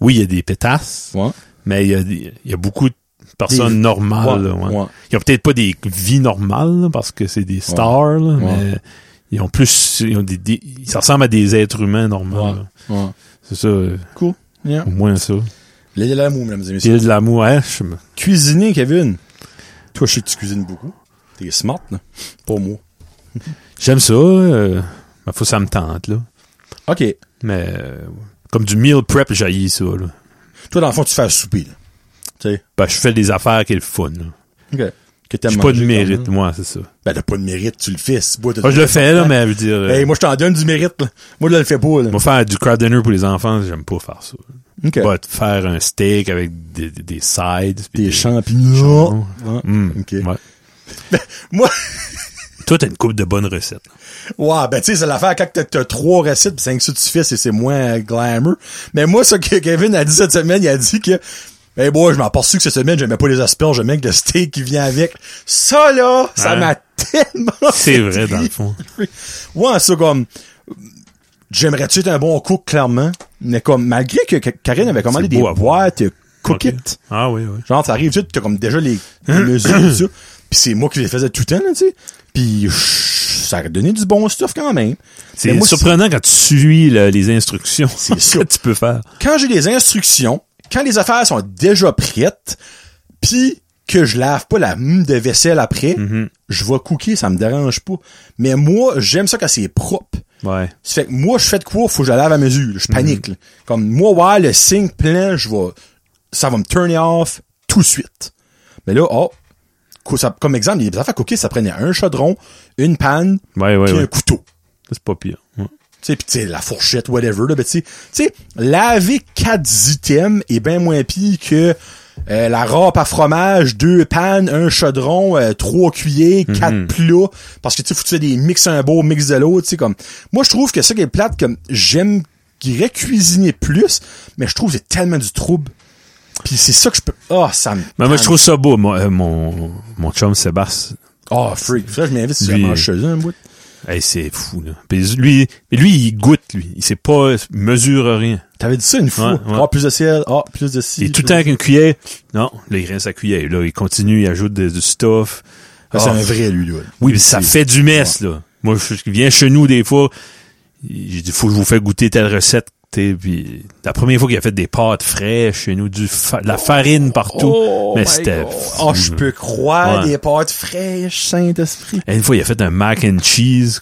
Speaker 2: Oui, il y a des pétasses.
Speaker 1: Ouais.
Speaker 2: Mais il y a, des- il y a beaucoup de personnes
Speaker 1: Des-
Speaker 2: normales.
Speaker 1: Ouais,
Speaker 2: Ah, là, ouais.
Speaker 1: ouais.
Speaker 2: Ils ont peut-être pas des vies normales là, parce que c'est des stars, là, mais ils ont plus. Ils, ont des, des- ils se ressemblent à des êtres humains normaux. là.
Speaker 1: Ouais.
Speaker 2: C'est ça, euh,
Speaker 1: Cool. Yeah.
Speaker 2: au moins ça.
Speaker 1: L'île de l'amour, mesdames et
Speaker 2: Il
Speaker 1: messieurs.
Speaker 2: y a de l'amour. hein, je me-
Speaker 1: Cuisiner, Kevin. Toi, je sais que tu cuisines beaucoup. T'es smart, là. Pas moi.
Speaker 2: J'aime ça. euh, mais faut que ça me tente. Là.
Speaker 1: OK.
Speaker 2: Mais euh, comme du meal prep, j'haïs ça. Là.
Speaker 1: Toi, dans le fond, tu fais à souper, là. Tu sais.
Speaker 2: Ben, je fais des affaires qui est le fun. là.
Speaker 1: OK. Que t'aimes
Speaker 2: J'ai pas de
Speaker 1: manger, comme-
Speaker 2: mérite, moi, c'est ça.
Speaker 1: Ben, t'as pas de mérite, tu le fais. si bois, t'as-
Speaker 2: Moi, je le fais, là, mais je veux dire. euh,
Speaker 1: Hey, moi, je t'en donne du mérite, là. Moi, je le fais pas, là.
Speaker 2: moi, faire du crowd dinner pour les enfants, j'aime pas faire ça.
Speaker 1: OK.
Speaker 2: Va te faire un steak avec des, des, des sides. pis
Speaker 1: Des champignons. Ouais.
Speaker 2: Mm.
Speaker 1: OK.
Speaker 2: Ouais.
Speaker 1: Moi,
Speaker 2: Toi, t'as une coupe de bonnes recettes.
Speaker 1: ouais, ben, tu sais, c'est l'affaire quand t'as- t'as trois recettes pis cinq ça tu fais, c'est c'est moins euh, glamour. Mais moi, ça que Kevin a dit cette semaine, il a dit que Eh boy, je m'en poursuis que cette semaine, j'aimais pas les asperges, j'aimais que le steak qui vient avec. Ça, là, ça
Speaker 2: Ouais.
Speaker 1: m'a tellement...
Speaker 2: Hein? C'est vrai, dans le fond.
Speaker 1: Ouais, ça, comme... J'aimerais-tu être un bon cook, clairement, mais comme, malgré que, que Karine avait commandé
Speaker 2: C'est
Speaker 1: des
Speaker 2: beau à voir.
Speaker 1: boîtes euh, cook
Speaker 2: Ok.
Speaker 1: it,
Speaker 2: Ah oui, oui.
Speaker 1: genre, ça arrive tu t'as comme déjà les, les mesures, tout ça, pis c'est moi qui les faisais tout le temps, là, tu sais, pis chut, ça a donné du bon stuff quand même. Mais
Speaker 2: C'est
Speaker 1: moi,
Speaker 2: surprenant quand tu suis le- les instructions
Speaker 1: C'est
Speaker 2: que
Speaker 1: sûr.
Speaker 2: tu peux faire.
Speaker 1: quand j'ai des instructions, quand les affaires sont déjà prêtes, puis que je lave pas la mousse de vaisselle après,
Speaker 2: Mm-hmm.
Speaker 1: je vais cooker, ça me dérange pas. Mais moi, j'aime ça quand c'est propre.
Speaker 2: Ouais.
Speaker 1: Ça fait que moi, je fais de quoi, faut que je la lave à mesure.
Speaker 2: Mhm.
Speaker 1: Je panique. là. Comme moi, ouais, le signe plein, je vais. Ça va me turner off tout de suite. Mais là, oh, co- ça- comme exemple, les affaires cookées, ça prenait un chaudron, une panne,
Speaker 2: Ouais, ouais,
Speaker 1: puis un
Speaker 2: ouais.
Speaker 1: couteau.
Speaker 2: C'est pas pire. Ouais.
Speaker 1: Tu sais, pis tu sais, la fourchette, whatever, là, ben, tu sais, tu sais, laver 4 items est bien moins pire que euh, la râpe à fromage, deux pannes, un chaudron, euh, trois cuillers,
Speaker 2: Mhm.
Speaker 1: quatre plats, parce que, tu sais, faut que tu fais des mix un beau, mix de l'autre, tu sais, comme, moi, je trouve que ça qui est plate, comme, j'aime, j'irais cuisiner plus, mais je trouve que c'est tellement du trouble. Puis c'est ça que je peux, ah, ça me...
Speaker 2: Mais moi, je trouve ça beau. Moi, euh, mon, mon chum Sébastien,
Speaker 1: Ah, freak, ça, je m'invite sur
Speaker 2: Lui-
Speaker 1: la mancheuse, hein, un bout.
Speaker 2: hey, c'est fou, là. Puis lui, mais lui, il goûte, lui. Il sait pas, il mesure rien.
Speaker 1: T'avais dit ça une fois. Ah,
Speaker 2: Ouais, ouais.
Speaker 1: plus de ciel, ah, plus de ci.
Speaker 2: Il est tout
Speaker 1: plus
Speaker 2: le temps avec une cuillère. Non, là, il rince sa cuillère. Là, il continue, il ajoute des- du stuff.
Speaker 1: Ah, c'est
Speaker 2: Ah,
Speaker 1: un vrai, lui, là.
Speaker 2: Oui, mais ça fait du mess, là. Moi, je je viens chez nous, des fois, j'ai dit, faut que je vous fasse goûter telle recette, tu sais, puis la première fois qu'il a fait des pâtes fraîches chez nous, du fa- de la farine partout,
Speaker 1: Oh
Speaker 2: mais
Speaker 1: my
Speaker 2: c'était...
Speaker 1: God.
Speaker 2: fou,
Speaker 1: Oh, je
Speaker 2: là.
Speaker 1: peux croire
Speaker 2: Ouais.
Speaker 1: des pâtes fraîches, Saint-Esprit.
Speaker 2: Et Une fois, il a fait un mac and cheese.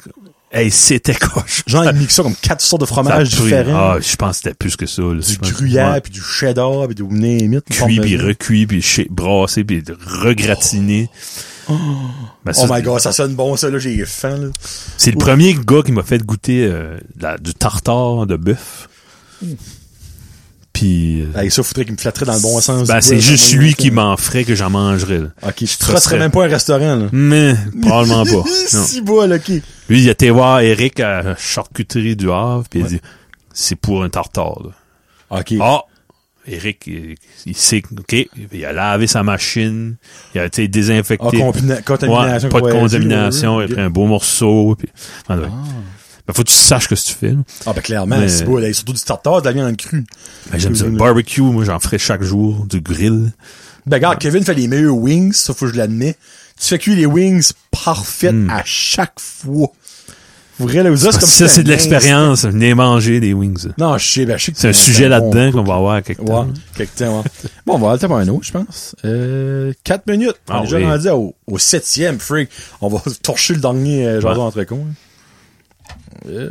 Speaker 2: Hey, c'était coche.
Speaker 1: Genre, ils mixent ça comme quatre sortes de
Speaker 2: Ça a
Speaker 1: fromages
Speaker 2: pris-
Speaker 1: différents.
Speaker 2: Ah, je pense que c'était plus que ça. là. Je
Speaker 1: du
Speaker 2: pense-
Speaker 1: gruyère,
Speaker 2: ouais.
Speaker 1: puis du cheddar, puis du némite.
Speaker 2: Cuit, puis recuit, puis ché- brassé, puis regratiné. Ben, ça,
Speaker 1: Oh my god, ça sonne bon, ça, là, j'ai faim, là.
Speaker 2: C'est le premier gars qui m'a fait goûter euh, de la- du tartare de bœuf. Puis... euh,
Speaker 1: Avec ça, faudrait qu'il me flatterait dans le bon sens.
Speaker 2: ben,
Speaker 1: Ouais,
Speaker 2: c'est
Speaker 1: dans
Speaker 2: juste
Speaker 1: le bon
Speaker 2: lui
Speaker 1: sens.
Speaker 2: qui m'en ferait que j'en mangerais. là.
Speaker 1: Ok, je
Speaker 2: Ça serait-
Speaker 1: trosserais même pas un restaurant, là.
Speaker 2: Mais probablement pas. Non.
Speaker 1: si bol, ok.
Speaker 2: Lui, il a été voir Eric à la charcuterie du Havre, puis il a dit, c'est pour un tartare. là.
Speaker 1: Ok.
Speaker 2: Ah! Eric, il, il sait, que- OK, il a lavé sa machine, il a été
Speaker 1: Ah,
Speaker 2: désinfecté.
Speaker 1: combina- contamination.
Speaker 2: Ouais, pas de
Speaker 1: croisée,
Speaker 2: contamination,
Speaker 1: là,
Speaker 2: il a
Speaker 1: là.
Speaker 2: pris un beau morceau. Puis... Ah, ouais. Ben, faut que tu saches que ce que tu fais. là.
Speaker 1: Ah, ben, clairement,
Speaker 2: Mais-
Speaker 1: si bol, là, surtout du tartare, de la viande crue.
Speaker 2: Ben, J'aime ça. Le barbecue, moi, j'en ferais chaque jour, du grill.
Speaker 1: Ben, regarde, Kevin fait les meilleurs wings, ça faut que je l'admets. Tu fais cuire les wings parfaites à chaque fois. Vous là, vous autres, c'est comme si
Speaker 2: Hmm. Ah, ça, c'est de
Speaker 1: c'était un instant.
Speaker 2: l'expérience. Venez manger des wings.
Speaker 1: Non, je sais, ben, je sais que
Speaker 2: C'est un sujet
Speaker 1: bon-
Speaker 2: là-dedans qu'on va avoir quelque temps.
Speaker 1: Ouais, quelque temps, ouais. Bon, on va aller pour un autre, je pense. Euh, 4 minutes. On
Speaker 2: Ah
Speaker 1: est déjà
Speaker 2: oui.
Speaker 1: rendu au, au septième, freak. On va torcher le dernier euh, Jason
Speaker 2: Ouais.
Speaker 1: entre cons. hein. Euh,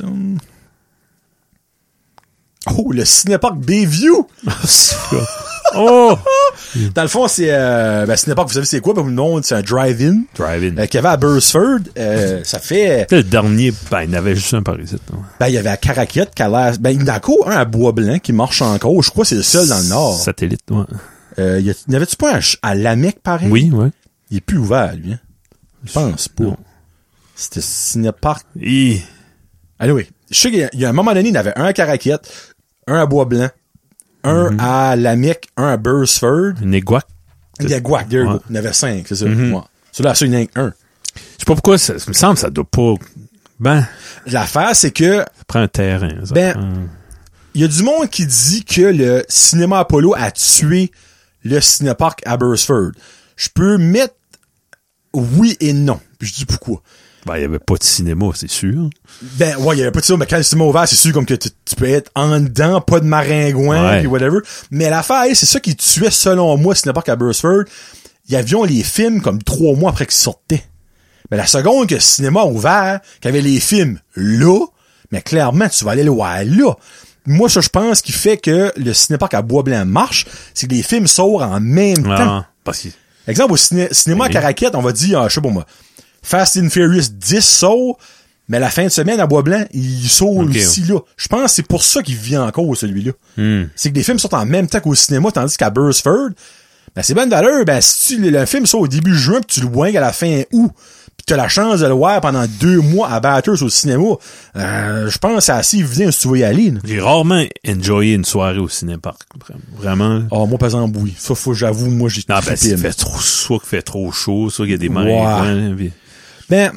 Speaker 1: Oh, le Cinépark Bayview!
Speaker 2: oh!
Speaker 1: Dans le fond, c'est... Euh, ben, Cinépark, vous savez c'est quoi? Ben, vous le monde, c'est un drive-in.
Speaker 2: Drive-in.
Speaker 1: euh, qu'il y avait à Burstford, euh, ça fait...
Speaker 2: Le dernier, ben, il y en avait juste un par ici. hein. non?
Speaker 1: Ben, il y avait à Caracat, qui a l'air... Ben, il y en a encore un à Bois-Blanc qui marche encore. Je crois que c'est le seul dans le Nord.
Speaker 2: Satellite, ouais.
Speaker 1: Euh, il y a- il y en avait-tu pas un ch- à Lamec, pareil?
Speaker 2: Oui, ouais.
Speaker 1: Il est plus ouvert, lui. Hein? Je pense pas.
Speaker 2: Non.
Speaker 1: C'était Cinépark.
Speaker 2: Et...
Speaker 1: Allez, oui. Je sais qu'il y a- il y a un moment donné, il y en avait un à Caraquette, un à Bois-Blanc, un
Speaker 2: Mhm.
Speaker 1: à Lamec, un à Burstford.
Speaker 2: Une aiguac.
Speaker 1: Il y a Guac, there you go.
Speaker 2: Ouais. Mhm.
Speaker 1: il y en avait cinq, c'est ça. Ouais. Celui-là, ça, il y en a un.
Speaker 2: Je sais pas pourquoi, ça, ça me semble, ça doit pas. Ben, ça
Speaker 1: L'affaire, c'est que
Speaker 2: prend un terrain. ça
Speaker 1: Ben,
Speaker 2: prend-
Speaker 1: Il y a du monde qui dit que le cinéma Apollo a tué le cinépark à Burstford. Je peux mettre oui et non. Puis je dis pourquoi.
Speaker 2: ben, il y avait pas de cinéma, c'est sûr.
Speaker 1: Ben ouais, il y avait pas de ça, mais quand le cinéma est ouvert, c'est sûr comme que tu tu peux être en dedans, pas de maringouin,
Speaker 2: Ouais.
Speaker 1: puis whatever. Mais l'affaire, c'est ça qui tuait selon moi le cinépark à Burstford. Il y avions les films comme trois mois après qu'ils sortaient. Mais la seconde que le cinéma a ouvert, qu'il y avait les films là, mais clairement, tu vas aller le voir là. Moi, ça, je pense qui fait que le cinépark à Bois-Blanc marche, c'est que les films sortent en même temps.
Speaker 2: Ah, parce que.
Speaker 1: Exemple, au ciné- cinéma à
Speaker 2: Oui.
Speaker 1: Caraquette, on va dire, ah, je sais pas moi, Fast and Furious 10 sort, mais la fin de semaine à Bois-Blanc, il sort
Speaker 2: Ok.
Speaker 1: aussi là. Je pense que c'est pour ça qu'il vit encore, celui-là.
Speaker 2: Hmm.
Speaker 1: C'est que les films sortent en même temps qu'au cinéma, tandis qu'à Burstford, ben c'est bonne valeur, ben si tu, le film sort au début juin, puis tu le wing à la fin août, puis t'as la chance de le voir pendant deux mois à Batters au cinéma, euh, je pense à si vient si tu veux y aller. là.
Speaker 2: J'ai rarement enjoyé une soirée au cinépark. vra- Vraiment.
Speaker 1: Ah, moi, par exemple, oui. Ça, faut que j'avoue, moi, j'ai
Speaker 2: Non, ben,
Speaker 1: trippé,
Speaker 2: c'est
Speaker 1: mais-
Speaker 2: fait trop, soit qu'il fait trop chaud, soit qu'il y a des mains.
Speaker 1: Ouais.
Speaker 2: ouais, puis-
Speaker 1: Ben,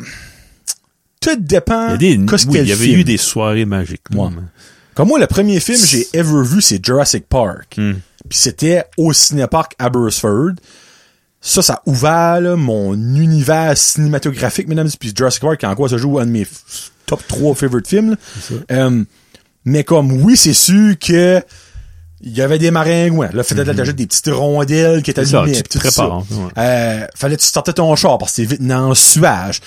Speaker 1: tout dépend
Speaker 2: Il y, a des-
Speaker 1: qu'est-ce
Speaker 2: oui,
Speaker 1: qu'est
Speaker 2: il y
Speaker 1: le
Speaker 2: avait
Speaker 1: film.
Speaker 2: eu des soirées magiques. là,
Speaker 1: Hein?
Speaker 2: hein.
Speaker 1: Ouais.
Speaker 2: mais-
Speaker 1: Comme moi, le premier film que j'ai ever vu, c'est Jurassic Park.
Speaker 2: Hmm.
Speaker 1: Puis c'était au Cinépark Aberystwyth. Ça, ça a ouvert là, mon univers cinématographique, mesdames. Puis Jurassic Park, en quoi ça joue, un de mes f- top 3 favorite films. là. Euh, mais comme, oui, c'est sûr que il y avait des maringouins. Là, fallait t'ajouter des petites rondelles qui étaient
Speaker 2: Mhm. C'est ça,
Speaker 1: allumées.
Speaker 2: tu te
Speaker 1: puis tout ça.
Speaker 2: prépares, ouais.
Speaker 1: Euh, fallait que tu sortais ton char parce que c'était vite dans le suage.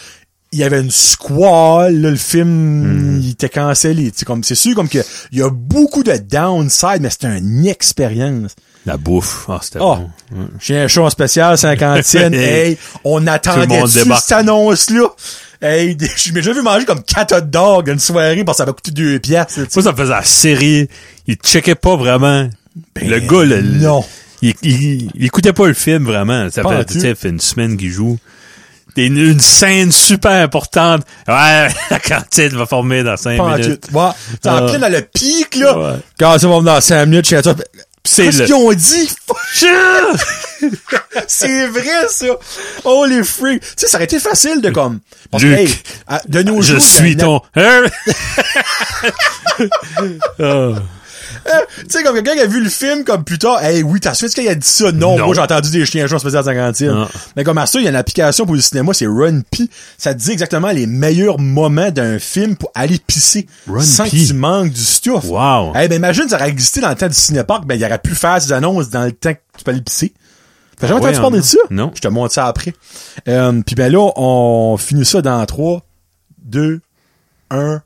Speaker 1: Il y avait une squale, là, le film,
Speaker 2: Mhm.
Speaker 1: il était cancellé. Tu sais, comme, c'est sûr, comme que, il y a beaucoup de downside, mais c'était une expérience.
Speaker 2: La bouffe. Ah, c'était
Speaker 1: Ah,
Speaker 2: bon.
Speaker 1: j'ai un show en spécial, cinquantième. hey, on attendait
Speaker 2: monde débarque.
Speaker 1: cette annonce-là. Hey, je m'ai déjà vu manger comme quatre hot dogs une soirée parce que ça m'a coûté deux piastres. tu sais.
Speaker 2: Moi, ça me faisait la série. Il checkait pas vraiment. le gars, le, le-
Speaker 1: Ben, non.
Speaker 2: Il, il, il écoutait pas le film vraiment. Ça fait,
Speaker 1: Penses-tu?
Speaker 2: tu sais, fait une semaine qu'il joue. T'as Une, une scène super importante. Ouais, la cantine va former dans cinq
Speaker 1: Pas en
Speaker 2: minutes.
Speaker 1: tout. Ouais. T'es en
Speaker 2: Ah.
Speaker 1: plein dans le pic, là.
Speaker 2: Ouais.
Speaker 1: Quand ça va venir dans 5 minutes chez toi.
Speaker 2: C'est
Speaker 1: Qu'est-ce
Speaker 2: le-
Speaker 1: qu'ils ont dit? C'est vrai, ça. Oh, les freaks. Tu sais, ça aurait été facile de comme. Parce que,
Speaker 2: Luc,
Speaker 1: hey, à- de nos
Speaker 2: Je
Speaker 1: jours,
Speaker 2: suis
Speaker 1: t'as-
Speaker 2: ton. Hein? Ah.
Speaker 1: Tu sais, comme quelqu'un qui a vu le film comme plus tard, hey, oui, t'as su ce qu'il a dit ça? Non,
Speaker 2: Non.
Speaker 1: moi, j'ai entendu des chiens jaunes spéciales à la cantine.
Speaker 2: Non.
Speaker 1: Mais comme à ça, il y a une application pour le cinéma, c'est Run Pee. Ça te dit exactement les meilleurs moments d'un film pour aller pisser.
Speaker 2: Run
Speaker 1: sans
Speaker 2: Pee.
Speaker 1: que tu manques du stuff.
Speaker 2: Wow.
Speaker 1: Eh ben imagine, ça aurait existé dans le temps du cinépark, ben il aurait pu faire ces annonces dans le temps que tu peux aller pisser. T'as jamais
Speaker 2: Ah ouais,
Speaker 1: entendu parler
Speaker 2: hein?
Speaker 1: de ça?
Speaker 2: Non.
Speaker 1: Je te montre ça après. Euh, Puis ben là, on finit ça dans 3, 2, 1.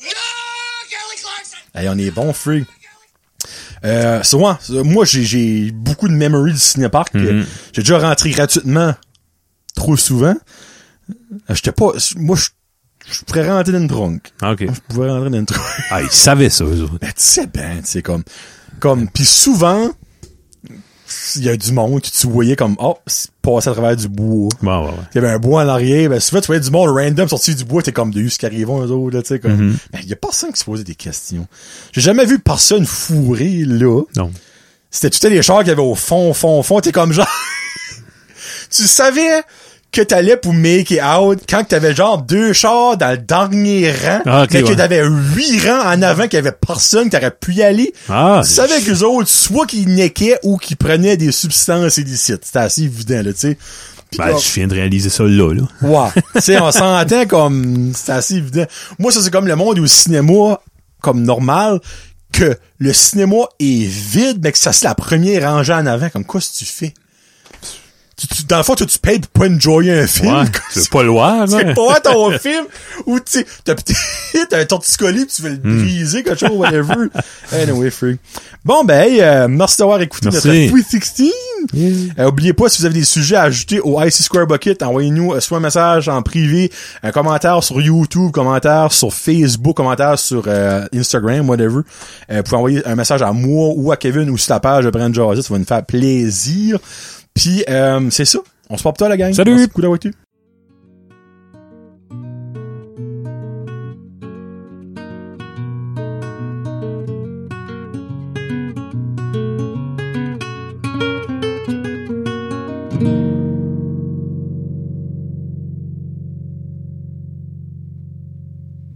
Speaker 3: Kelly Clarkson!
Speaker 1: Hey, on est bon, free. Euh, so, ouais, so, moi, j'ai, j'ai beaucoup de memory du cinépark.
Speaker 2: Mm-hmm.
Speaker 1: Euh, J'ai déjà rentré gratuitement trop souvent. Euh, J'étais pas, moi, je je pourrais rentrer dans une drunk.
Speaker 2: OK.
Speaker 1: Je pouvais rentrer dans une drunk.
Speaker 2: Ah, ils savaient ça, eux autres.
Speaker 1: Ben, tu sais ben, tu sais, comme... comme Puis souvent, il y a du monde que tu voyais comme, oh, c'est passé à travers du bois.
Speaker 2: Bon, ouais, ouais.
Speaker 1: Il y avait un bois en arrière. Ben, souvent, tu voyais du monde random sorti du bois. T'es comme, de où ce qui arrivent, eux autres, là, tu sais, comme... Ben, il y a personne qui se posait des questions. J'ai jamais vu personne fourrer, là.
Speaker 2: Non.
Speaker 1: C'était tous les chars qu'il y avait au fond, fond, fond. T'es comme, genre... tu savais que t'allais pour make it out quand que t'avais genre deux chars dans le dernier rang
Speaker 2: Ah, ok,
Speaker 1: mais que
Speaker 2: ouais.
Speaker 1: t'avais huit rangs en avant qu'il y avait personne qui aurait pu y aller
Speaker 2: Ah,
Speaker 1: tu savais que les autres soit qu'ils niquaient ou qu'ils prenaient des substances illicites c'était assez évident là tu sais Puis
Speaker 2: Ben, je viens de réaliser ça là, là.
Speaker 1: comme, ouais tu sais on s'entend comme c'est assez évident moi ça c'est comme le monde au cinéma comme normal que le cinéma est vide mais que ça c'est la première rangée en avant comme quoi si tu fais Tu- tu- dans le fond, toi, tu payes pour pas enjoyer un film.
Speaker 2: Ouais.
Speaker 1: comme
Speaker 2: Tu veux pas le voir,
Speaker 1: c'est
Speaker 2: là?
Speaker 1: pas vrai ton film où tu t'as petit- t'as un torticolis pis tu veux le
Speaker 2: Hmm.
Speaker 1: briser quelque chose whatever anyway freak bon ben hey, euh, merci d'avoir écouté
Speaker 2: Merci.
Speaker 1: notre Tweet 16 Euh, oubliez pas si vous avez des sujets à ajouter au IC Square Bucket envoyez-nous euh, soit un message en privé un commentaire sur YouTube commentaire sur Facebook commentaire sur euh, Instagram whatever Euh, vous pouvez envoyer un message à moi ou à Kevin ou sur la page de Brand Jazzy ça va nous faire plaisir puis euh, c'est ça on se porte toi la gang
Speaker 2: Salut.
Speaker 1: merci beaucoup d'avoir été